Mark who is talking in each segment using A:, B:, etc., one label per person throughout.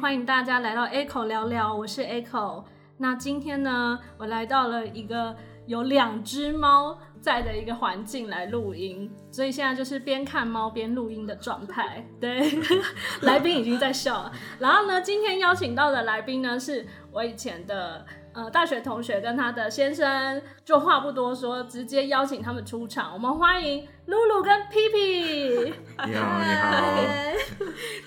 A: 欢迎大家来到 Echo 聊聊，我是 Echo。那今天呢，我来到了一个有两只猫在的一个环境来录音，所以现在就是边看猫边录音的状态。对， 来宾已经在笑了。然后呢，今天邀请到的来宾呢，是我以前的呃大学同学跟他的先生，就话不多说，直接邀请他们出场。我们欢迎露露跟屁屁。
B: 你好，你好，
A: 哦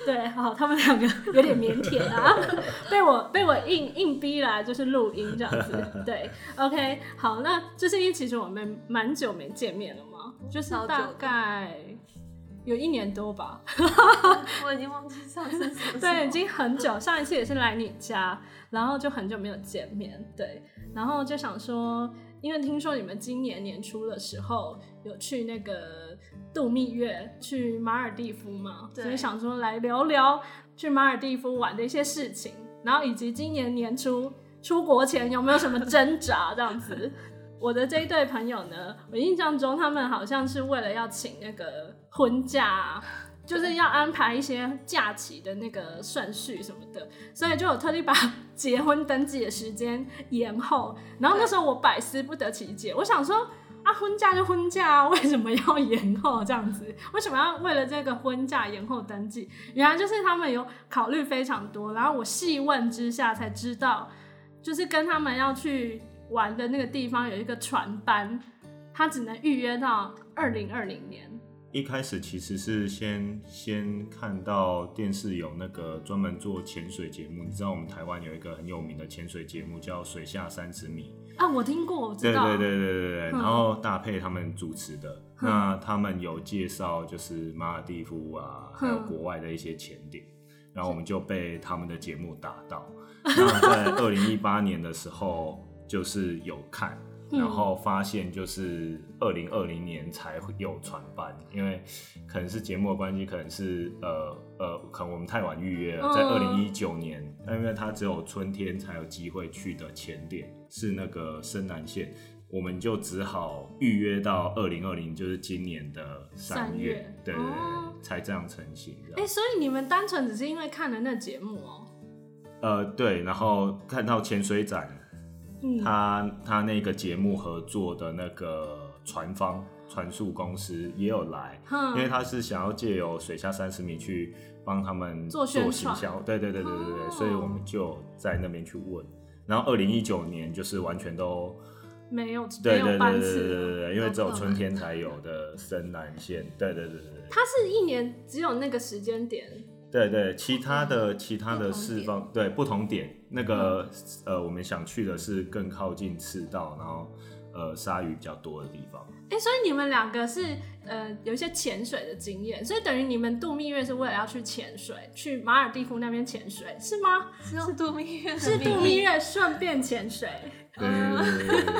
A: 对，好，他们两个有点腼腆啊， 被我被我硬硬逼啦，就是录音这样子。对，OK，好，那这是因为其实我们蛮久没见面了嘛，就是
C: 超久
A: 大
C: 的
A: 概有一年多吧。
C: 我已经忘记上次是什么
A: 对，已经很久，上一次也是来你家，然后就很久没有见面。对，然后就想说，因为听说你们今年年初的时候有去那个度蜜月，去马尔蒂夫嘛，
C: 对
A: 所以想说来聊聊去马尔蒂夫玩的一些事情，然后以及今年年初出国前有没有什么挣扎这样子。我的这一对朋友呢，我印象中他们好像是为了要请那个婚假啊、就是要安排一些假期的那个顺序什么的，所以就有特地把结婚登记的时间延后。然后那时候我百思不得其解，我想说啊，婚假就婚假啊，为什么要延后这样子？为什么要为了这个婚假延后登记？原来就是他们有考虑非常多。然后我细问之下才知道，就是跟他们要去玩的那个地方有一个船班，他只能预约到二零二零年。
B: 一开始其实是先先看到电视有那个专门做潜水节目，你知道我们台湾有一个很有名的潜水节目叫《水下三十米》，
A: 啊，我听过，我知
B: 对
A: 道。
B: 对对对对对，
A: 嗯
B: 然后搭配他们主持的，那他们有介绍就是马尔蒂夫啊，还有
A: 嗯
B: 国外的一些潜点，然后我们就被他们的节目打到。那在二零一八年的时候，就是有看。
A: 嗯
B: 然后发现就是二零二零年才会有船班，因为可能是节目的关系，可能是呃呃，可能我们太晚预约了，在二零
A: 嗯
B: 一九年，但因为它只有春天才有机会去的前点是那个深南线，我们就只好预约到二零二零，就是今年的
A: 三
B: 三
A: 月
B: 月，对对对，
A: 哦
B: 才这样成型这样。
A: 哎、所以你们单纯只是因为看了那节目哦、
B: 呃，对，然后看到潜水展，
A: 嗯，
B: 他他那个节目合作的那个船方船速公司也有来，因为
A: 哼，
B: 他是想要借由水下三十米去帮他们
A: 做宣
B: 行
A: 传
B: 销，对对对对对对，
A: 哦
B: 所以我们就在那边去问。然后二零一九年就是完全都
A: 没有没
B: 对对
A: 有
B: 对
A: 班
B: 对对
A: 次，
B: 对对，因为只有
C: 都
B: 春天才有的深蓝线，对对对对对
A: 它是一年只有那个时间点。
B: 对对，其他的其他的
C: 不同
B: 释
C: 点
B: 放对不同点，那个呃我们想去的是更靠近赤道，然后呃鲨鱼比较多的地方。
A: 哎、所以你们两个是呃有一些潜水的经验，所以等于你们度蜜月是为了要去潜水，去马尔蒂夫那边潜水是吗？
C: 只有度蜜月的
A: 是
C: 秘密
A: 度蜜月顺便潜水，
B: 对对对对对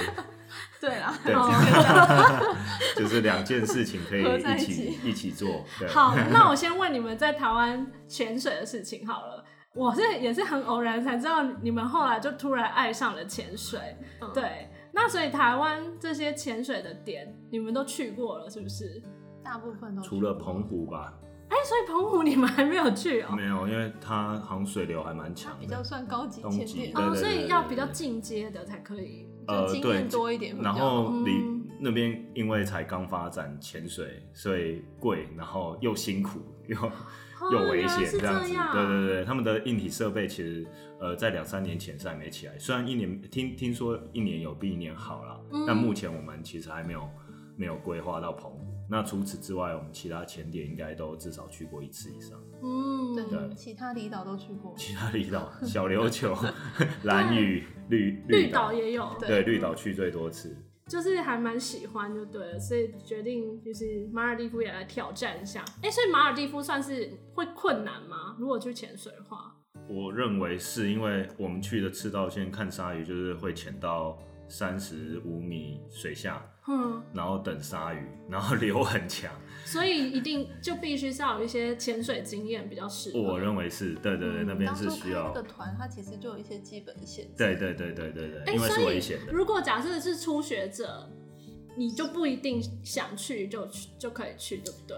C: 对啊啦，
B: 对
A: 哦
B: 对，就是两件事情可以
C: 合在
B: 一
C: 一
B: 起一起做。对，
A: 好，那我先问你们在台湾潜水的事情好了。我是也是很偶然才知道你们后来就突然爱上了潜水，
C: 嗯
A: 对。那所以台湾这些潜水的点，你们都去过了，是不是？
C: 大部分都
B: 除了澎湖吧，
A: 哎、所以澎湖你们还没有去哦、
B: 没有，因为它航水流还蛮
C: 它
B: 强
C: 比较
B: 的。
C: 算高级
B: 东
C: 前
B: 极
C: 点，
B: 对
A: 哦，
B: 对
A: 所
B: 对
A: 以要
B: 对
A: 比较
B: 对
A: 进阶的才可以。
B: 呃
C: 就经
B: 对
C: 验多一点比较
B: 然
C: 好。
B: 后离
A: 嗯
B: 那边因为才刚发展潜水，所以贵，然后又辛苦又
A: 哦，
B: 又危
A: 原来
B: 险
A: 是
B: 这样
A: 样
B: 子。对对对，他们的硬体设备其实呃在两三年前是还没起来，虽然一年听听说一年有比一年好啦，
A: 嗯
B: 但目前我们其实还没有没有规划到澎湖。那除此之外，我们其他潜点应该都至少去过一次以上。
A: 嗯，
B: 对
C: 对，其他离岛都去过，
B: 其他离岛，小琉球、 蓝屿、绿
A: 绿
B: 岛
A: 岛，也有，
B: 对绿岛去最多次。
A: 就是还蛮喜欢就对了，所以决定就是马尔蒂夫也来挑战一下。哎、所以马尔蒂夫算是会困难吗？如果去潜水的话，
B: 我认为是因为我们去的赤道线看鲨鱼，就是会潜到三十五米水下，
A: 嗯，
B: 然后等鲨鱼，然后流很强。
A: 所以一定就必须是要有一些潜水经验比较适合。
B: 我认为是对对对，
A: 嗯
B: 那边
C: 当
B: 是
C: 初
B: 需
C: 开
B: 要
C: 那个，团，它其实就有一些基本限制。
B: 对对对对对对，
A: 哎
B: 因为
A: 所
B: 是
A: 以
B: 危险的。
A: 如果假设是初学者，你就不一定想去就去就可以去，对不对？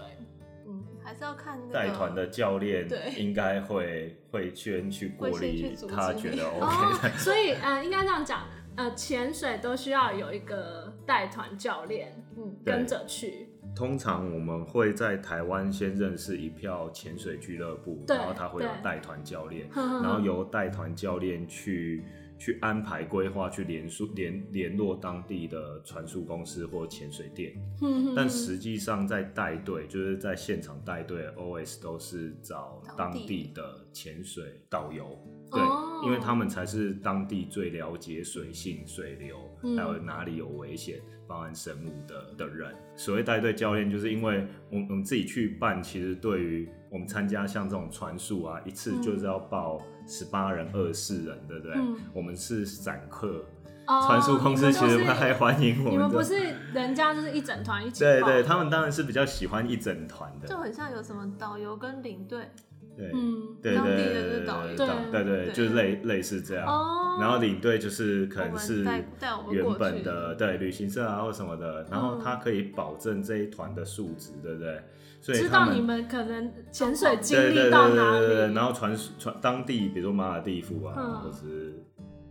C: 嗯，还是要看那个
B: 带团的教练
C: 对
B: 应该会会先去过
C: 会先去
B: 滤
C: 组织
B: 他觉
C: 你
B: 得 OK
A: 哦
B: 的，，
A: 所以呃，应该这样讲，呃，潜水都需要有一个带团教练
C: 嗯，
B: 对
A: 跟着去。
B: 通常我们会在台湾先认识一票潜水俱乐部，
A: 对
B: 然后他会有
A: 对
B: 带团教练，
A: 然
B: 然后由带团教练去去安排规划，去联署联联络当地的船宿公司或潜水店。
A: 嗯
B: 但实际上在带队，就是在现场带队，always 都是找当
C: 当地
B: 地的潜水导游。对
A: 哦，
B: 因为他们才是当地最了解水性、水流，
A: 嗯
B: 还有哪里有危险，包含生物的的人。所谓带队教练，就是因为我们我们自己去办，其实对于我们参加像这种船宿啊，一次就是要报十八人、二十四人，对不对？
A: 嗯
B: 我们是散客，
A: 哦
B: 船宿公司其实
A: 你
B: 不
A: 们都
B: 太
A: 是
B: 欢迎我
A: 哦你们
B: 们这
A: 不是人家就是一整团一起
B: 对
A: 报
B: 对，他们当然是比较喜欢一整团的，
C: 就很像有什么导游跟领队，
B: 对
A: 嗯
B: 对对
C: 当地
B: 对对
C: 的就是导游
B: 对对对，
C: 对
B: 就是类类似这样。
A: 哦，
B: 然后领队就是可
C: 我
B: 能
C: 们
B: 是
C: 带带我们
B: 原
C: 过去
B: 本的对旅行社啊或什么的，然后
A: 嗯
B: 他可以保证这一团的数值，对不对？所以
A: 知
B: 他
A: 道
B: 们
A: 你们可能潜水经
B: 对
A: 历
B: 对对
A: 到
B: 对
A: 哪
B: 对对对，
A: 里，
B: 然后传传当地，比如说马尔蒂夫啊，
A: 嗯
B: 或者是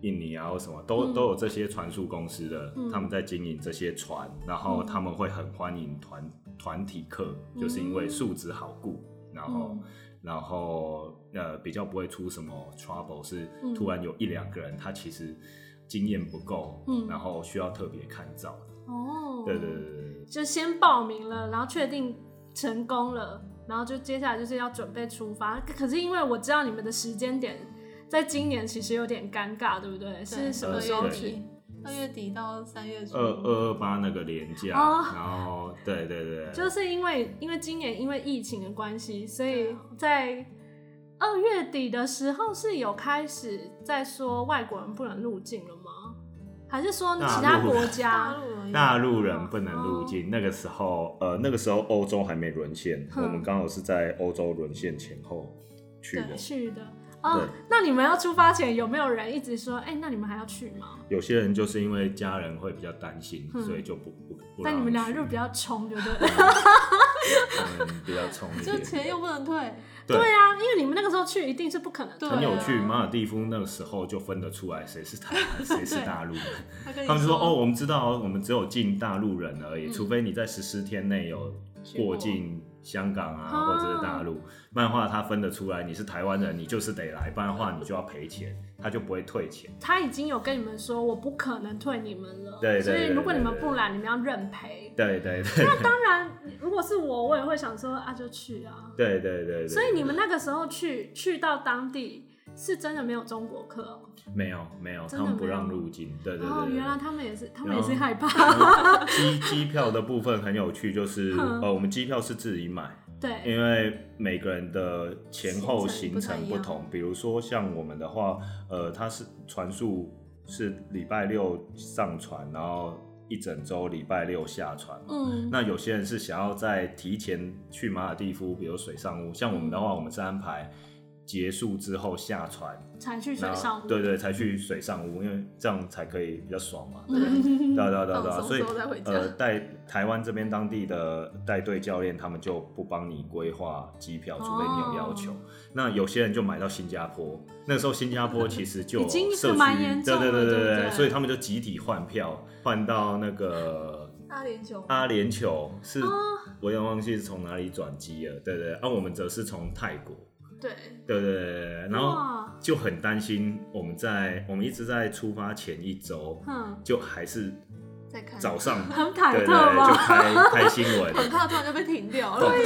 B: 印尼啊，或什么，都、
A: 嗯
B: 都有这些船宿公司的，
A: 嗯
B: 他们在经营这些船，然后他们会很欢迎团团体客，就是因为素质好顾，然后、
A: 嗯
B: 然后呃比较不会出什么 trouble，是
A: 嗯
B: 突然有一两个人他其实经验不够，
A: 嗯
B: 然后需要特别看照，
A: 哦，
B: 对对对对对。
A: 就先报名了，然后确定成功了，然后就接下来就是要准备出发。可可是因为我知道你们的时间点，在今年其实有点尴尬，对不对？是什么时候
C: 二月
B: 对
A: 去？
C: 底？二月底到三月初，
B: 二二二八那个廉价，
A: 哦
B: 然后对对对，
A: 就是因为因为今年因为疫情的关系，所
C: 对
A: 以
C: 啊
A: 在二月底的时候是有开始在说外国人不能入境了吗？还是说其他
B: 大陆
A: 国
C: 大
A: 家？
C: 陆而已
B: 大陆人不能入境。那个时候，呃，那个时候欧洲还没沦陷，我
A: 哼
B: 们刚好是在欧洲沦陷前后去的
C: 对。
A: 去的哦
B: 对，
A: 那你们要出发前有没有人一直说，哎、那你们还要去吗？
B: 有些人就是因为家人会比较担心，
A: 嗯
B: 所以就不不不让
A: 但你们俩
B: 去
A: 就比较冲，对不 对？
B: 嗯比较冲 一
C: 就钱
B: 点。
C: 又不能退，
B: 对
A: 对啊，因为你们那个时候去一定是不可能退
C: 对
A: 的。
B: 很有趣，
C: 啊
B: 马尔蒂夫那个时候就分得出来谁是台湾，谁是大陆。
C: 他跟你
B: 他们就说：“哦，，我们知道，我们只有进大陆人而已，
C: 嗯
B: 除非你在十四天内有
C: 去
B: 过
C: 过
B: 境香港啊，
A: 哦
B: 或者是大陆。不然的话，他分得出来，你是台湾人，你就是得来，不然的话你就要赔钱，他就不会退钱。
A: 他已经有跟你们说，我不可能退你们了。
B: 对对
A: 所以
B: 对
A: 如果
B: 对
A: 你们
B: 对
A: 不来，你们要认赔。
B: 对对对
A: 当然，如果是我，我也会想说啊，就去啊。
B: 对对对
A: 所
B: 对，
A: 以你们那个时候去去到当地，是真的没有中国客哦。
B: 没有没有，
A: 真
B: 他
A: 的
B: 们不
A: 没有
B: 让
A: 吗
B: 入境。对对
A: 哦，
B: 对对
A: 原来
B: 对。
A: 他们也是，他们
B: 然
A: 也
B: 后
A: 是害怕。
B: 然后机机票的部分很有趣， 就是
A: 嗯
B: 呃，我们机票是自己买，
A: 对，
B: 因为每个人的前后行
C: 行程
B: 程
C: 不太一
B: 不
C: 样
B: 同，比如说像我们的话，呃，它是船速是礼拜六上船，然后一整周礼拜六下船嘛。
A: 嗯，
B: 那有些人是想要在提前去马尔蒂夫，比如水上屋，像我们的话，
C: 嗯
B: 我们是安排结束之后下船，
A: 才去
B: 然
A: 水
B: 后
A: 上屋。
B: 对 对，才去水上屋，因为这样才可以比较爽嘛。对不对
A: 嗯，
B: 对啊对啊对啊对啊，
C: 放松
B: 所以
C: 之后再回家
B: 呃，带台湾这边当地的带队教练，他们就不帮你规划机票，除非你有要求。
A: 哦
B: 那有些人就买到新加坡，那时候新加坡其实就
A: 已经
B: 有
A: 是
B: 社区，
A: 蛮严重了
B: 对对
A: 对
B: 对
A: 不对
B: 所以他们就集体换票，换到那个
C: 阿联酋，
B: 阿联酋，是、
A: 哦
B: 我也忘记是从哪里转机了，对对对，啊，我们则是从泰国，
C: 对，
B: 对对对对对，然后
A: 哇，
B: 就很担心，我们在我们一直在出发前一周，
A: 嗯，
B: 就还是
C: 再看
B: 早上
A: 很忐
B: 对对，
A: 忑
B: 就
A: 吗？啊
B: 开开新 闻
C: 很怕突然就被停掉了，
B: ，COVID 九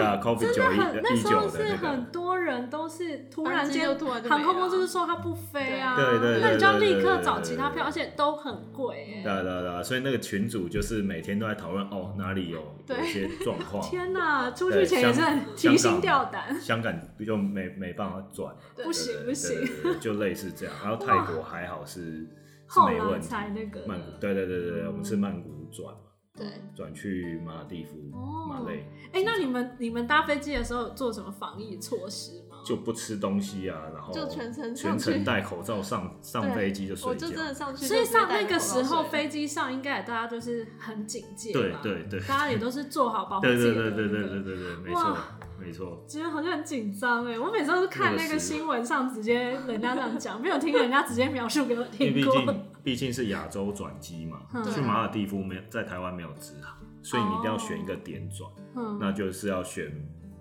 B: 一啊，COVID
A: 真的
B: 九一
A: 很，那
B: 一
A: 时候
B: 九的
A: 是
B: 那个
A: 很，多人都是突然
C: 班机
A: 间
C: 就突然就没
A: 航空
C: 了
A: 公司就说它不飞啊，
B: 对对对
A: 那你就要
B: 对对
A: 立刻
B: 对
A: 找
B: 对
A: 其
B: 对
A: 他
B: 对
A: 票，而且都很贵
B: 对
A: 哎。
B: 啊对啊对啊，所以那个群主就是每天都在讨论哦哪里有
C: 对
B: 有一些状况，
A: 天哪，出去
B: 对
A: 前也是
B: 香
A: 很提心吊胆，
B: 香港就没没办法转，
C: 对
A: 不
B: 对
A: 行
B: 对
A: 不
B: 对
A: 行，
B: 对对对就类似这样。然后泰国还好是是
A: 后
B: 没
A: 来
B: 问题，
A: 才那个
B: 曼谷对对对对对，我们是曼谷转嘛
C: 对，
B: 转去马尔蒂夫
A: 哦
B: 马累，
A: 哎，那你们你们搭飞机的时候有做什么防疫措施吗？
B: 就不吃东西啊，然后
C: 就全程
B: 全
C: 上
B: 程
C: 去
B: 戴口罩上上
C: 对
B: 飞机就睡
C: 我
B: 觉
C: 就，真的上去，
A: 所以上那个时候飞，机上应该也大家就是很警戒，
B: 对对，对。
A: 大家也都是做好保护
B: 对
A: 自
B: 对
A: 己的
B: 对对
A: 那
B: 对
A: 个
B: 对对对，没错
A: 哇。
B: 没错，
A: 其实好像很紧张哎，我每次都是看那
B: 那
A: 个
B: 个是
A: 新闻上直接人家这样讲，没有听人家直接描述给我
B: 因为
A: 听
B: 毕
A: 过。
B: 竟毕竟是亚洲转机嘛，
A: 嗯
B: 去马尔蒂夫没有在台湾没有直航，所以你一定要选一个点转，
A: 嗯
B: 那就是要选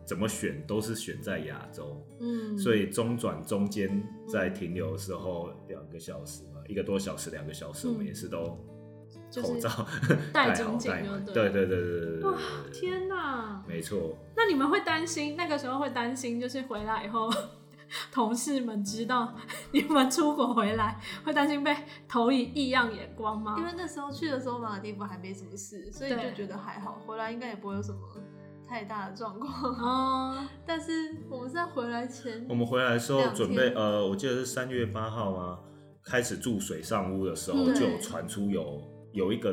B: 怎么选都是选在亚洲，
A: 嗯，
B: 所以中转中间在停留的时候两个小时嘛，一个多小时两个小时，
A: 嗯
B: 我们也是都
A: 就是
B: 口罩
A: 戴
B: 好
A: 紧紧
B: 戴满
A: 就对
B: 对
A: 了
B: 对对对对对
A: 哇
B: 对，对
A: 天哪！
B: 没错，
A: 那你们会担心那个时候会担心，就是回来以后， 同事们知道 你们出国回来，会担心被投以异样眼光吗？
C: 因为那时候去的时候马尔地夫还没什么事，所以
A: 对
C: 就觉得还好，回来应该也不会有什么太大的状况。
A: 哦，
C: 但是我们是在回来前
B: 我，们回来的时候
C: 两天
B: 准备呃，我记得是三月八号吗？开始住水上屋的时候，
A: 嗯
B: 就有传出有有一个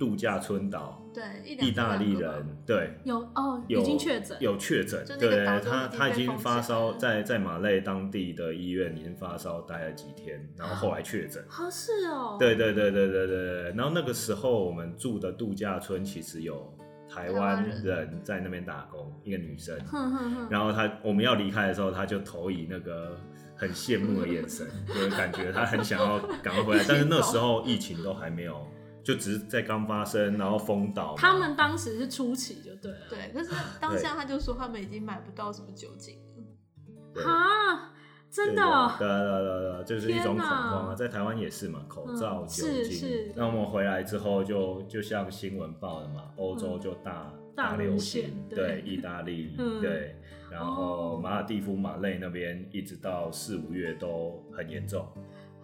B: 度假村岛
C: 对一两
B: 意大利
C: 个吧
B: 人对
A: 有哦，
B: 有
A: 已经确诊，
B: 有确诊
C: 就，那个
B: 对
C: 岛就
B: 他
C: 已经
B: 他已
C: 被
B: 经
C: 封
B: 发
C: 起来
B: 烧，
C: 了
B: 在在马累当地的医院已经发烧待了几天，然后后来确诊。
A: 合适哦。
B: 对对对对对对对。然后那个时候我们住的度假村其实有台湾
C: 台湾
B: 人在那边打工，一个女生。
A: 哼哼哼，
B: 然后她我们要离开的时候，她就投以那个很羡慕的眼神，就是感觉她很想要赶快回来。但是那时候疫情都还没有，就只是在刚发生，然后封岛嘛。
A: 他们当时是初期就对了。
C: 对，可是当下他就说他们已经买不到什么酒精了，
B: 对
A: 哈，真的
B: 对
A: 哦，
B: 对对对对，就是一种
A: 天
B: 恐
A: 哪
B: 慌啊，在台湾也是嘛，口罩、
A: 嗯
B: 酒
A: 是是
B: 精。那我们回来之后就，就像新闻报的嘛，欧洲就大、
A: 嗯大
B: 流
A: 流行
B: 行，
A: 对
B: 对，意大利，
A: 嗯
B: 对，然后
A: 哦
B: 马尔蒂夫、马累那边一直到四五月都很严重，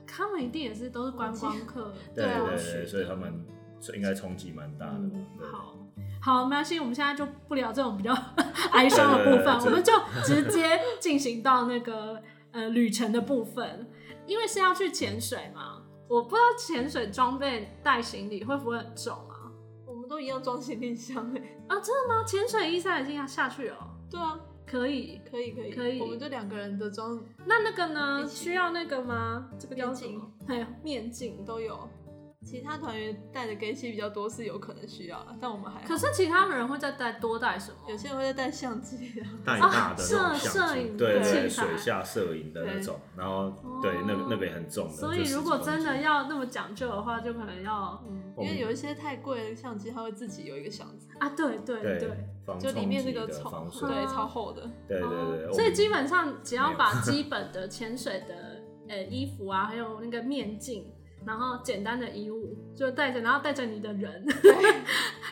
A: 他们一定也是都是观光客，
B: 对
C: 对啊
B: 对
A: 去
B: 对，
A: 的
B: 所以他们应该冲击蛮大的嘛
A: 嗯，
B: 对。
A: 好，好，没关系，我们现在就不聊这种 比较哀伤的部
B: 对对
A: 分，
B: 对
A: 我们就直接进行到那个呃旅程的部分，因为是要去潜水嘛。我不知道潜水装备带行李会不会很重啊？
C: 我们都一样装行李箱哎、
A: 啊，真的吗？潜水衣塞已经要下去了哦，
C: 对啊，
A: 可以。
C: 可以可以
A: 可以
C: 我们就两个人的装
A: 那那个呢？
C: 一起
A: 需要那个吗？这个叫什
C: 面
A: 么？还有面镜。
C: 都有。其他团员带的 gay 器比较多，是有可能需要了，但我们还好
A: 可是其他人会再带多带什么？
C: 有些人会再带 相机啊，
B: 带大的那
A: 啊
B: 种
A: 摄
B: 相
A: 摄
B: 机，
A: 影
B: 对对
A: 器材
B: 对，水下摄影的那种，然后对那个那个也很重的。
A: 所
B: 就
A: 以
B: 10
A: 如果
B: 公
A: 真
B: 斤
A: 的要那么讲究的话，就可能要
C: 嗯，
B: 我
C: 因
B: 们
C: 为有一些太贵的相机，它会自己有一个箱子，
A: 啊，对对
B: 对
A: 对。
B: 防
C: 就里
B: 冲
C: 面
B: 击
C: 那个
B: 的
C: 超
B: 防水，
C: 对
A: 啊
C: 超厚的，
B: 对对
A: 哦
B: 对对，
A: 所
B: 我
A: 以
B: 们
A: 基本上只要
B: 没有
A: 把基本的潜水的呃衣服啊，还有那个面镜，然后简单的衣物就带着，然后带着你的人，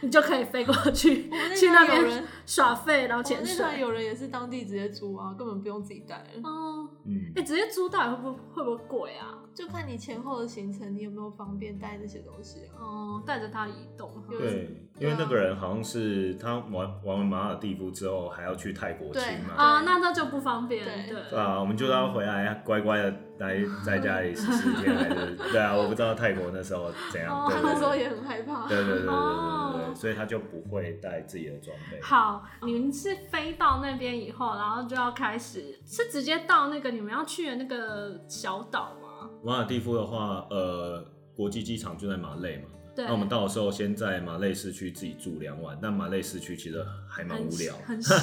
A: 你就可以飞过去
C: 我们
A: 去那
C: 那团有人
A: 边，耍废，然后
C: 我们
A: 潜
C: 那团
A: 水。
C: 有人也是当地直接租啊，根本不用自己带了，
A: 哦，
B: 嗯
A: 哎、，直接租到底会不会会不会贵啊？
C: 就看你前后的行程，你有没有方便带那些东西啊？
A: 哦，带着它移动。
C: 有人
B: 对，因为那个人好像是他玩玩完马尔蒂夫之后还要去泰国
C: 对
B: 亲嘛，
A: 啊，那那就不方便。
C: 对
A: 对，
B: 对啊，我们就让他回来乖乖的待在家里十四天，还是对啊，我不知道泰国那时候怎
A: 哦
B: 样，对
C: 他
B: 对
C: 那时候
B: 对
C: 也很害 怕，
B: 对对对对对对
A: 哦
B: 对，所以他就不会带自己的装备。
A: 好，你们是飞到那边以后，然后就要开始，是直接到那个你们要去的那个小岛吗？
B: 马尔蒂夫的话，呃，国际机场就在马累嘛。
A: 对，
B: 那我们到的时候，先在马累市区自己住两晚。但马累市区其实还蛮
A: 很
B: 无聊，
A: 很小。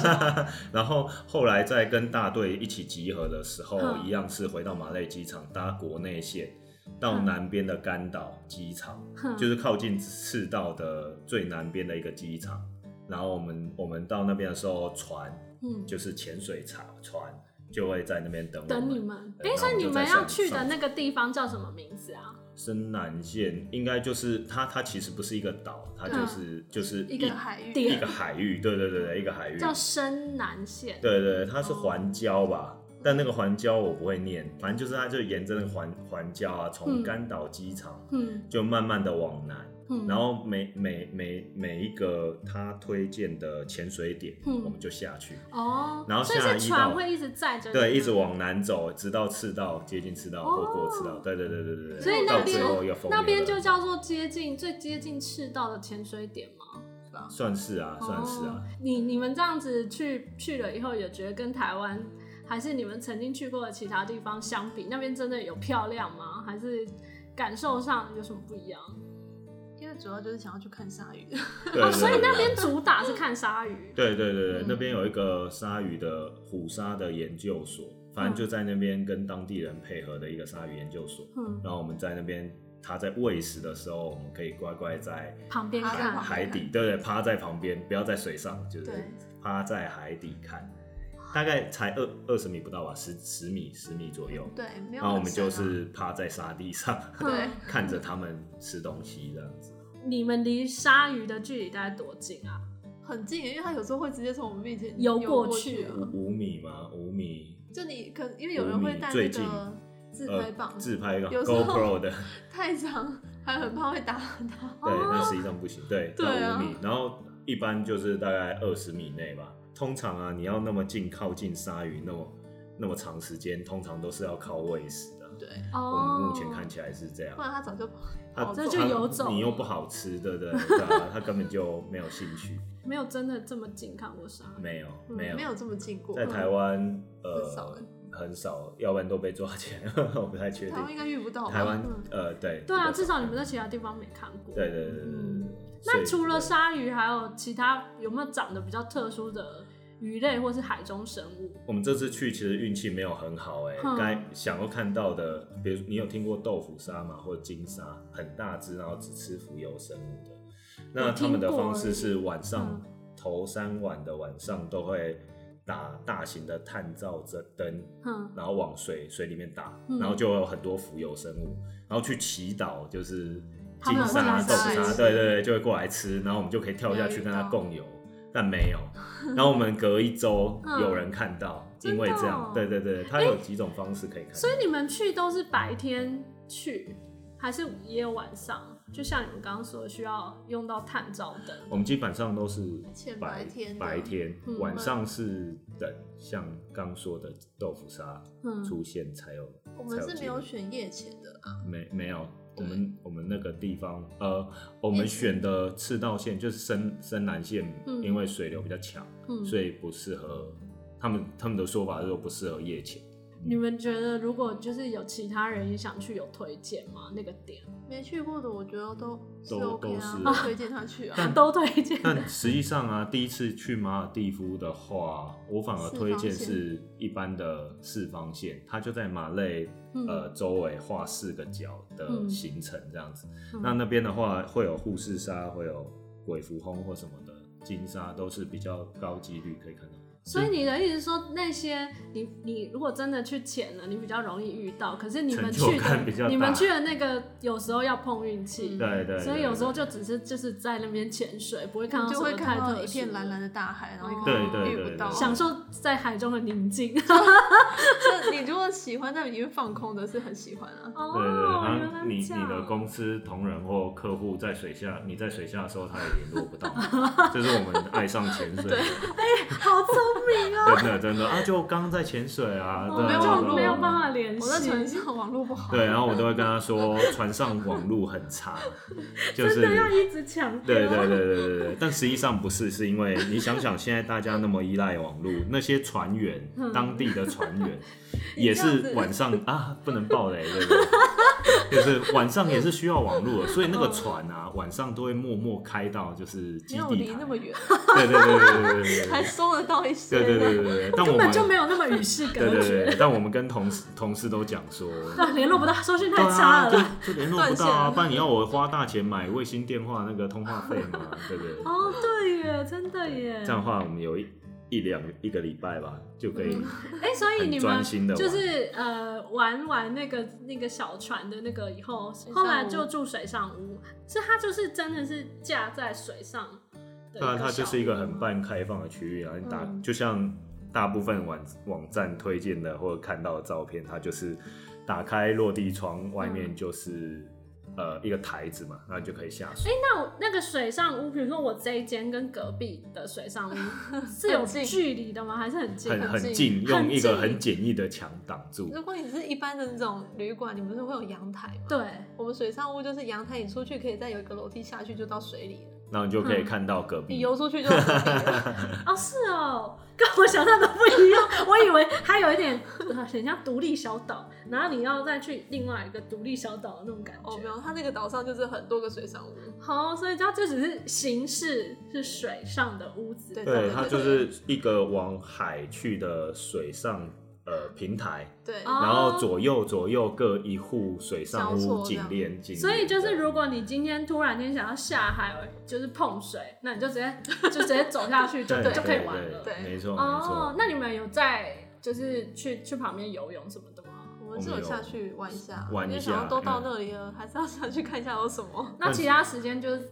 B: 然后后来在跟大队一起集合的时候，
A: 嗯
B: 一样是回到马累机场搭国内线到
A: 嗯
B: 南边的甘岛机场，
A: 哼
B: 就是靠近赤道的最南边的一个机场。然后我们我们到那边的时候，船
A: 嗯，
B: 就是潜水场船就会在那边等我
A: 等你
B: 们。
A: 们。
B: 对
A: 哎，
B: 然后
A: 所以
B: 我们
A: 你
B: 就
A: 们
B: 在
A: 要
B: 上
A: 去的
B: 上
A: 那个地方叫什么名字啊？
B: 深南线应该就是它，它其实不是一个岛，它就是、就是
A: 嗯一
C: 一个海域，
A: 点
B: 一个海域，对对对对，一个海域。
A: 叫深南线。
B: 对对，它是环礁吧？
A: 哦
B: 但那个环礁我不会念，反正就是它就沿着那个环环礁啊，
A: 嗯
B: 从甘岛机场、
A: 嗯
B: 就慢慢的往南，
A: 嗯，
B: 然后每每每每一个他推荐的潜水点，
A: 嗯
B: 我们就下去，
A: 哦，
B: 然后
A: 所以
B: 下来
A: 是
B: 一
A: 船
B: 到
A: 会一直载着你们
B: 对，一直。往南走，直到赤道，接近赤道或过赤道，对对对对对对，
A: 哦所以那
B: 到
A: 边
B: 最后一个风
A: 那边
B: 流
A: 就
B: 了
A: 叫做接近最接近赤道的潜水点吗？
B: 算是啊，算是
A: 哦
B: 啊，
A: 你你们这样子去去了以后，有觉得跟台湾还是你们曾经去过的其他地方相比，那边真的有漂亮吗？还是感受上有什么不一样？
C: 因为主要就是想要去看 鲨鱼。
B: 对
A: 哦，所以
B: 对
A: 那
B: 对
A: 边主打是看鲨鱼。
B: 对对对对
C: 嗯，
B: 那边有一个鲨鱼的虎鲨的研究所，反正就在那边跟当地人配合的一个鲨鱼研究所。
A: 嗯，
B: 然后我们在那边，它在喂食的时候，我们可以乖乖在
A: 旁边啊
C: 趴在
A: 看
C: 旁边
B: 海底，对对，趴在旁边，不要在水上，就是
C: 对
B: 趴在海底看，大概才二二十米不到吧，十十米十米左右。
C: 对，没有很深啊。
B: 然后我们就是趴在沙地上，
C: 对
A: 嗯
B: 看着他们吃东西这样子。
A: 你们离鲨鱼的距离大概多近啊？
C: 很近耶，因为它有时候会直接从我们面前
A: 游
C: 游
A: 过去
C: 去啊。
B: 五五米吗？五米，
C: 就你可因为有人会带
B: 五米最
C: 那
B: 近
C: 个自
B: 呃
C: 拍棒，
B: 自拍一个
C: 有时候
B: GoPro 的，
C: 太长还很怕会打到。
B: 对，那实际上不行，对，
C: 哦对
B: 那
C: 啊
B: 五米，然后一般就是大概二十米内吧。通常啊，你要那么近靠近鲨鱼，那么那么长时间，通常都是要靠喂食的。
C: 对，
B: 我
A: 哦，
B: 们目前看起来是这样
C: 不，然它早哦就
B: 它
C: 跑
A: 这
C: 走
A: 就
B: 它
A: 游走
B: 你又不好吃，对不对？对啊，它根本就没有兴趣，
A: 没有真的这么近看过鲨鱼。
B: 没有，
A: 嗯
B: 没有，
C: 没有这么近过。嗯
B: 在台湾，呃，
C: 很少欸
B: 很少，要不然都被抓起来， 我不太确定
C: 台。湾应该遇不到吧。
B: 台湾
C: 嗯，
B: 呃，对，
A: 对啊，
B: 比较
A: 至少你们在其他地方没看过。
B: 对对对对对
A: 嗯
B: 对。
A: 那除了
B: 鲨，
A: 鲨鱼，还有其他有没有长得比较特殊的鱼类或是海中生物？
B: 我们这次去其实运气没有很好哎、
A: 嗯
B: 该想要看到的，比如你有听过豆腐鲨吗？或者金鲨，很大只，然后只吃浮游生物的。那他们的方式是晚上、
A: 嗯
B: 头三晚的晚上都会打大型的探照灯灯，
A: 哼，
B: 然后往水水里面打
A: 嗯，
B: 然后就会有很多浮游生物，然后去祈祷，就是
A: 他
B: 金
A: 们会
B: 沙、
A: 来
B: 豆腐
A: 吃
B: 沙，对对对，就会过来吃，然后我们就可以跳下去跟它共游，但没有。然后我们隔一周
A: 嗯
B: 有人看到，
A: 真的
B: 因为
A: 哦
B: 这样，对对对，它有几种方式可以看
A: 所以
B: 到。
A: 你们去都是白天去，还是也有晚上？就像你们刚刚说，的，需要用到探照灯。
B: 我们基本上都是
C: 浅
B: 白
C: 白天的
B: 白天
A: 嗯，
B: 晚上是等像刚说的豆腐沙
A: 嗯，
B: 出现才有。
C: 我们
B: 才
C: 是没
B: 机
C: 有
B: 会
C: 选夜前的啊。
B: 没没有，我
C: 对
B: 们我们那个地方，呃，我们选的赤道线就是深深南线，
A: 嗯
B: 因为水流比较强，
A: 嗯
B: 所以不适合。他们他们的说法是说不适合夜潜，
A: 你们觉得如果就是有其他人也想去，有推荐吗？那个点
C: 没去过的，我觉得都是
B: 都
C: OK 啊，
B: 都是
C: 推荐他 去啊。
B: 但
A: 都推荐。
B: 但实际上啊，第一次去马尔蒂夫的话，我反而
C: 四
B: 推
C: 方
B: 荐
C: 线
B: 是一般的四方线，它就在马累
A: 嗯
B: 呃周围画四个角
A: 嗯
B: 的行程这样子。
A: 嗯
B: 那那边的话，会有护士鲨，会有鬼蝠鲼或什么的金鲨，都是比较高几率可以看到。
A: 所以你的意思是说，那些你你如果真的去潜了，你比较容易遇到，可是你们
B: 成
A: 去
B: 就感比
A: 的
B: 较大
A: 你们去的那个有时候要碰运气，
C: 嗯
B: 对对
A: 所以有时候
B: 对
A: 就只是就是在那边潜水，不会看到
C: 就
A: 什么
C: 会
A: 太
C: 看
A: 特
C: 到
A: 殊
C: 一片蓝蓝，的大海，然后
A: 哦
C: 你可
B: 对
C: 能
B: 对
C: 遇
B: 对
C: 不
B: 对
C: 到。
A: 享受在海中的宁 静。
C: 就你如果喜欢在里面放空的，是很喜欢啊。
A: 哦，
B: 对对对，
A: 原
B: 然
A: 来
B: 后你
A: 这样
B: 你的公司同仁或客户在水下，你在水下的时候，他也联络 不到，这是我们爱上潜水的。
A: 好聪明哦，
B: 真的真的啊，就刚刚在潜水啊，
A: 我 们
B: 对啊
C: 有
B: 然
A: 就
B: 后
A: 哦没有办法联系。
C: 我在船上网络不好，
B: 对，然啊后我都会跟他说，船上网路很差，就 是
A: 真的要一直强调，
B: 对对对对对对，但实际上不是，是因为你想想，现在大家那么依赖网络，那些船员，当地的船员也
C: 你这样
B: 是
C: 子
B: 晚上啊，不能爆雷，对不对？就是晚上也是需要网络的，所以那个船啊，晚上都会默默开到就是基
C: 没有
B: 地
C: 离
B: 台
C: 那，么远，
B: 对对对对对对
C: 还收得到一些。
B: 对对对对对对，但我
A: 根本
B: 们
A: 就没有那么与世
B: 对
A: 隔
B: 对
A: 绝，
B: 对，但我们跟同事同事都讲说，
A: 对啊联络不到，收讯太
B: 对
A: 差
B: 啊，
A: 了。
B: 就就联络不到
C: 断线
B: 啊，
C: 了
B: 不然你要我花大钱买卫星电话那个通话费嘛，对不对？
A: 哦，对耶，真的耶。
B: 这样的话，我们有一一两一个礼拜吧，就可以。
A: 哎、所以你
B: 很
A: 们
B: 专心地玩
A: 就是呃玩玩那个那个小船的那个以后，
C: 屋
A: 后来就住水上屋，是它就是真的是架在水上的一
B: 当
A: 个
B: 然，它就是一个很
A: 棒。
B: 半开放的区域啊，你打
C: 嗯
B: 就像大部分网网站推荐的或者看到的照片，它就是打开落地窗，外面就是呃一个台子嘛，然后你就可以下水。
A: 那我那个水上屋，比如说我这一间跟隔壁的水上屋是有
C: 很近
A: 距离的吗？还是很近？
B: 很很
C: 很嗯
B: 近，
A: 近
B: 用一个
A: 很
B: 很简易的墙挡住。
C: 如果你是一般的那种旅馆，你们是会有阳台吗？
A: 对，
C: 我们水上屋就是阳台，你出去可以再有一个楼梯下去就到水里了，
B: 然后你就可以看到隔壁。
C: 你游出去就到水里了。
A: 哦是哦，跟我想象的不一样。我以为它有一点呃很像独立小岛，然后你要再去另外一个独立小岛的那种感觉。
C: 哦哦，没有，它那个岛上就是很多个水上屋，
A: 好，所以它这只是形式是水上的屋子，
C: 对
B: 对，
C: 对
B: 它
C: 对
B: 就是一个往海去的水上呃平台，
C: 对，
A: 哦
B: 然后左右左右各一户水上
C: 交
B: 屋
C: 错这
B: 紧
C: 样
B: 链紧链，
A: 所以就是，如果你今天突然间想要下海，就是碰水，那你就直接就直接走下去就
B: 对
A: 就可以
B: 对
A: 玩了。
B: 对
C: 对
B: 没错没
A: 哦
B: 错，。
A: 那你们有在就是去去旁边游泳什么的吗？
C: 我们是有下去玩一下，
B: 玩一下嗯
C: 因为想要都到那里了，还是要下去看一下有什么。
A: 那其他时间就是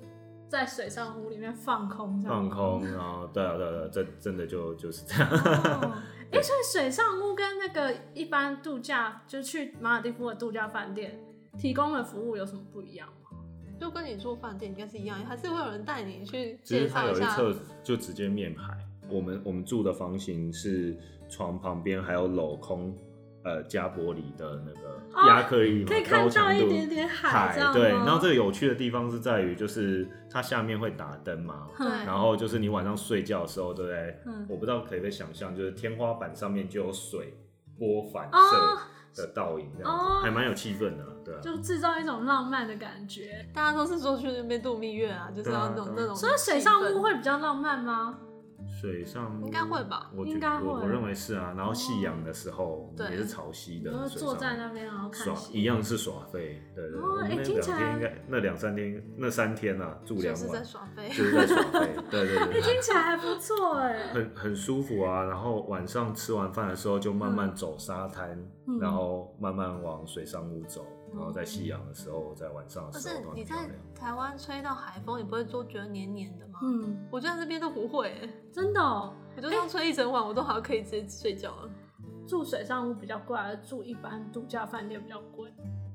A: 在水上屋里面放空这样
B: 放
A: 吗。
B: 空，然后对啊对啊对啊，这真的就就是这 样。
A: 哦哎、所以水上屋跟那个一般度假，就去马尔代夫的度假饭店提供的服务有什么不一
B: 嗯
A: 样吗？
C: 就跟你住饭店应该是一样，还是会有人带你去
B: 只是
C: 介
B: 它
C: 绍
B: 有一
C: 下。
B: 侧就直接面海。我们我们住的房型是床旁边还有镂空，呃加玻璃的那
A: 哦
B: 个亚克力嘛、
A: 可以看
B: 高
A: 到
B: 强
A: 一
B: 度
A: 点点海
B: 海
A: 这样
B: 对，
A: 吗
B: 然后这个有趣的地方是在于，就是它下面会打灯嘛，
A: 哼
C: 对
B: 然后就是你晚上睡觉的时候，对不对？
A: 嗯
B: 我不知道可不可以想象，就是天花板上面就有水波反
A: 哦
B: 射的倒影，这样子、
A: 哦
B: 还蛮有气氛的啦，对啊。
A: 就制造一种浪漫的感觉。
C: 大家都是说去那边度蜜月啊，就是要那种
B: 对啊对啊
C: 那种气氛。
A: 所以水上屋会比较浪漫吗？
B: 水上
C: 应该会吧
B: 我觉
A: 应该
B: 我
A: 会哦
B: 我认为是啊。然后夕阳的时候，
C: 对
B: 也是潮汐
A: 你
B: 的，
A: 会
B: 水
A: 坐
B: 上
A: 在那边然后看
B: 耍
A: 戏。
B: 一样是耍费，对对对。
A: 哦
B: 我们
A: 哎
B: 那
A: 听
B: 两
A: 起来
B: 天应该那两三天那三天啊，住两
C: 就是在
B: 晚
C: 耍飞。
B: 就是在耍费，对对对
A: 哎
B: 对。
A: 听起来还不错哎、
B: 很很舒服啊，然后晚上吃完饭的时候就慢慢走沙滩，
A: 嗯
B: 然后慢慢往水上屋走，
A: 嗯
B: 然后在夕阳的时候，在晚上的
C: 可
B: 时候
C: 是
B: 都
C: 你
B: 很漂
C: 在
B: 亮。
C: 台湾吹到海风，你不会都觉得黏黏的吗？
A: 嗯，
C: 我觉得这边都不会欸、
A: 真的、哦，
C: 我就这样吹一整晚，我都好像可以直接睡觉了。
A: 住水上屋比较贵，而住一般度假饭店比较贵。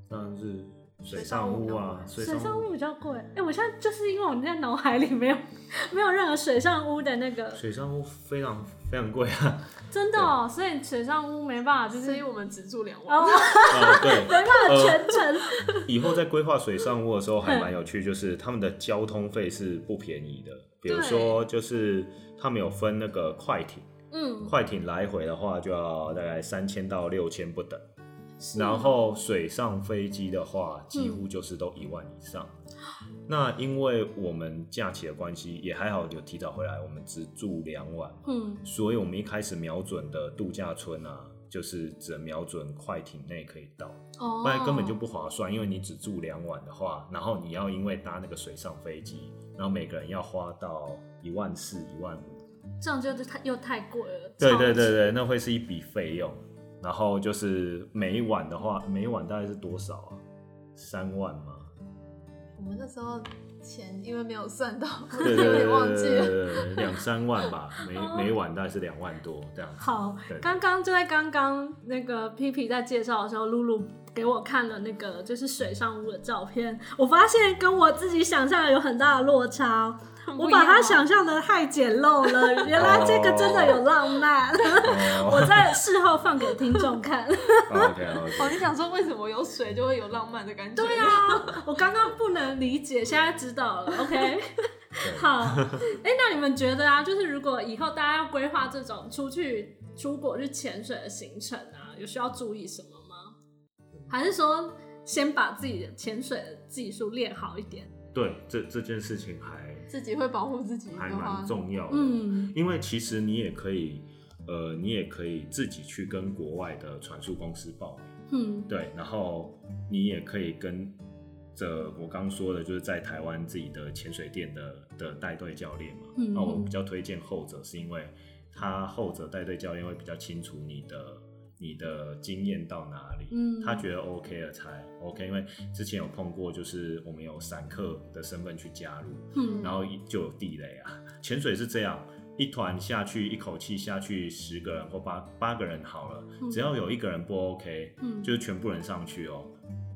B: 当然是水上屋啊，水
A: 水上
B: 上
A: 屋
B: 屋，
A: 比较贵，哎、我现在就是因为我在脑海里没有 没有任何水上屋的那个，
B: 水上屋非常非常贵啊。
A: 真的哦、所以水上屋没办法，就
C: 所以
A: 是
C: 我们只住两晚。
A: 哦，
B: 啊，对，
A: 没办法全程。
B: 以后在规划水上屋的时候还蛮有趣，就是他们的交通费是不便宜的。比如说，就是他们有分那个快艇，
A: 嗯，
B: 快艇来回的话就要大概三千到六千不等，
A: 嗯
B: 然后水上飞机的话几乎就是都一万以上。那因为我们假期的关系，也还好有提早回来，我们只住两晚，
A: 嗯，
B: 所以我们一开始瞄准的度假村啊，就是只瞄准快艇内可以到。
A: 哦，
B: 不然根本就不划算，因为你只住两晚的话，然后你要因为搭那个水上飞机，然后每个人要花到一万四、一万五，
A: 这样就是太又太贵了。
B: 对
A: 超
B: 对
A: 级
B: 对对，那会是一笔费用。然后就是每一晚的话，每一晚大概是多少啊？三万吗？
C: 我们那时候钱因为没有算到，我
B: 对
C: 有
B: 对对
C: 点
B: 对
C: 忘
B: 对
C: 记
B: 对
C: 了。
B: 对对，两三万吧，每每一晚大概是两万多这样子。
A: 好
B: 对，
A: 刚刚就在刚刚那个 P P 在介绍的时候，露露给我看了那个就是水上屋的照片，我发现跟我自己想象的有很大的落差，哦我
C: 啊
A: 把它想象的太简陋了，原来这个真的有浪漫。我在事后放给听众看。
B: OK
C: 哦，
B: OK，
C: 你想说为什么有水就会有浪漫的感觉？
A: 对啊，我刚刚不能理解，现在知道了。OK，好，哎、那你们觉得啊，就是如果以后大家要规划这种出去出国去潜水的行程啊，有需要注意什么吗？还是说先把自己的潜水的技术练好一点？
B: 对，这这件事情还
C: 自己会保护自己的
B: 还
C: 话
B: 蛮，重要的。
A: 嗯，
B: 因为其实你也可以，呃，你也可以自己去跟国外的传输公司报名，
A: 嗯，
B: 对，然后你也可以跟着我刚说的，就是在台湾自己的潜水店的的带队教练嘛。
A: 嗯
B: 那哦我比较推荐后者，是因为他后者带队教练会比较清楚你的。你的经验到哪里？
A: 嗯
B: 他觉得 OK 了才 OK，因为之前有碰过，就是我们有散客的身份去加入，
A: 嗯，
B: 然后就有地雷啊。潜水是这样，一团下去，一口气下去十个人或八八个人好了，
A: 嗯
B: 只要有一个人不 OK，
A: 嗯
B: 就是全部人上去哦。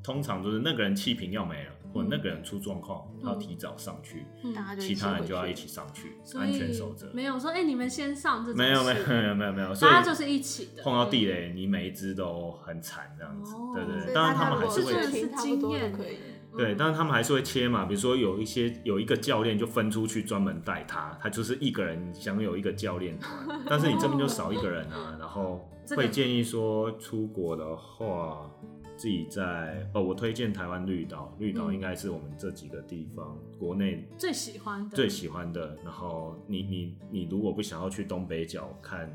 B: 通常就是那个人气瓶要没了，或者那个人出状况，他要提早上去，
A: 嗯
C: 大家就
B: 其他人
C: 回
B: 就要
C: 去
B: 一起上去，
A: 所
B: 安
A: 以
B: 全守则。
A: 没有说，哎、你们先上这种
B: 没有没有
A: 事
B: 没有没有没有，所以
A: 大家就是一起的，
B: 碰到地雷，你每一只都很惨这样子，
A: 哦
B: 对对
C: 所
B: 对。
C: 以
B: 当然
C: 大
B: 他
C: 家
B: 们还
C: 如
B: 是
C: 果
A: 这
B: 会
A: 个
C: 是
A: 是
C: 差不多
A: 经验
C: 就可以。
A: 嗯
B: 对，但是他们还是会切嘛，比如说有一些有一个教练就分出去专门带他，他就是一个人享有一个教练 团，但是你这边就少一个人啊，然后
A: 这个
B: 会建议说出国的话，自己在哦，我推荐台湾绿岛，绿岛
A: 嗯
B: 应该是我们这几个地方、国内
A: 最喜欢的
B: 最喜欢的。然后你你你如果不想要去东北角看，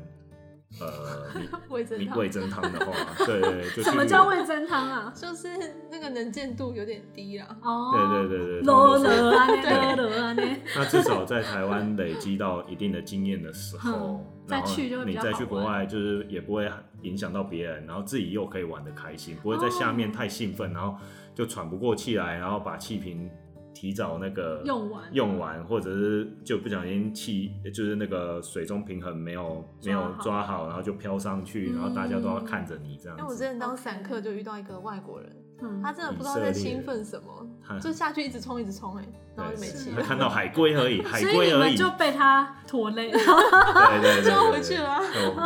B: 呃，
C: 味
B: 你
C: 增
B: 你
C: 汤
B: 味增汤的话，对对对，就去
A: 什么
B: 绿
A: 叫
B: 岛
A: 味增汤啊？
C: 就是那个能见度有点低啦。
A: 哦，
B: 对对对对，他
A: 罗
B: 们都说
A: 勒啊，那罗勒啊，那
B: 那至少在台湾累积到一定的经验的时候
A: 嗯，
B: 然后
A: 再去就会比
B: 你
A: 较
B: 再去
A: 好
B: 国
A: 玩
B: 外，就是也不会影响到别人，然后自己又可以玩的开心，不会在下面太兴
A: 哦
B: 奋，然后就喘不过气来，然后把气瓶提早那个
A: 用完
B: 用完，或者是就不小心气就是那个水中平衡没有没有
A: 抓
B: 抓好，然后就飘上去，然后大家都要
A: 嗯
B: 看着你这
C: 因为
B: 样
C: 我之
B: 子。
C: 前当散客就遇到一个外国人，
A: 嗯
C: 他真的不知道在兴奋什么
B: 嗯，
C: 就下去一直冲一直冲哎、然后就没
B: 对
C: 气
B: 他
C: 了，
B: 看到海龟而已，海
A: 所以
B: 龟
A: 你
B: 而
A: 们
B: 已，
A: 就被他拖累 了，
B: 对对对对对，
C: 就回去了啊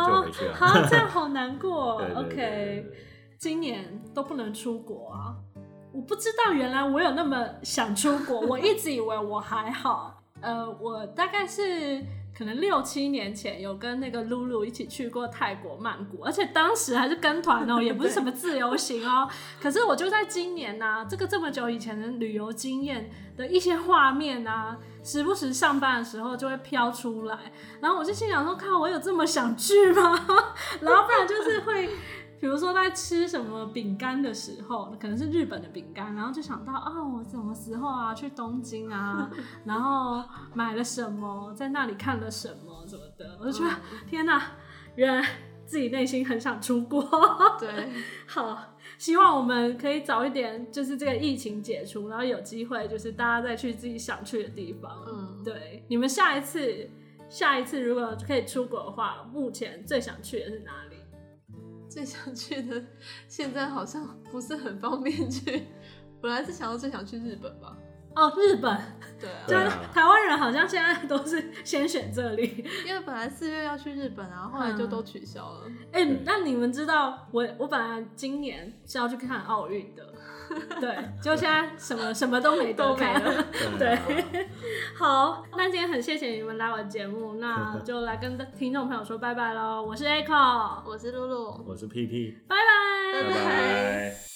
B: 就就回去了。
A: 啊，这样好难过
B: 对。对对对对
A: OK，今年都不能出国啊！我不知道原来我有那么想出国，我一直以为我还好。呃，我大概是可能六七年前有跟那个露露一起去过泰国曼谷，而且当时还是跟团哦、也不是什么自由行哦、可是我就在今年呐、这个这么久以前的旅游经验的一些画面啊，时不时上班的时候就会飘出来，然后我就心想说，看我有这么想去吗？ 然后不然就是会，比如说在吃什么饼干的时候，可能是日本的饼干，然后就想到啊，我什么时候啊去东京啊，然后买了什么，在那里看了什么什么的，我就觉得、天哪、原来自己内心很想出国。
C: 对，
A: 好，希望我们可以早一点，就是这个疫情解除，然后有机会就是大家再去自己想去的地方。
C: 嗯
A: 对，你们下一次，下一次如果可以出国的话，目前最想去的是哪里？
C: 最想去的现在好像不是很方便去，本来是想要最想去日本吧，
A: 哦，日本，
C: 对
A: 就
B: 对
C: 啊，
A: 是
B: 啊
A: 台湾人好像现在都是先选这里。
C: 因为本来四月要去日本啊，后来就都取消了，
A: 哎、
B: 对
A: 那你们知道我我本来今年是要去看奥运的，对，就现在什么什么都没得
C: 都没
A: 看
C: 了。
B: 对
A: 对
B: 啊，
A: 好，那今天很谢谢你们来我的节目，那就来跟听众朋友说拜拜喽。我是 Echo，
C: 我是露露，
B: 我是 PP，
A: 拜拜
B: 拜拜。